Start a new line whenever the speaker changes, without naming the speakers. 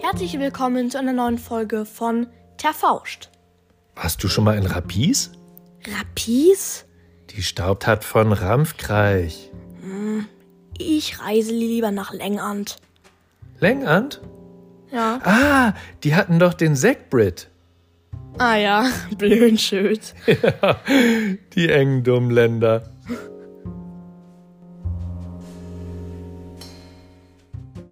Herzlich willkommen zu einer neuen Folge von Terfauscht.
Warst du schon mal in Rapis?
Rapis?
Die Staubtat von Rampfkreich.
Ich reise lieber nach Lengand.
Lengand?
Ja.
Ah, die hatten doch den Segbrit.
Ah ja, blöd schön.
Die engen dummen Länder.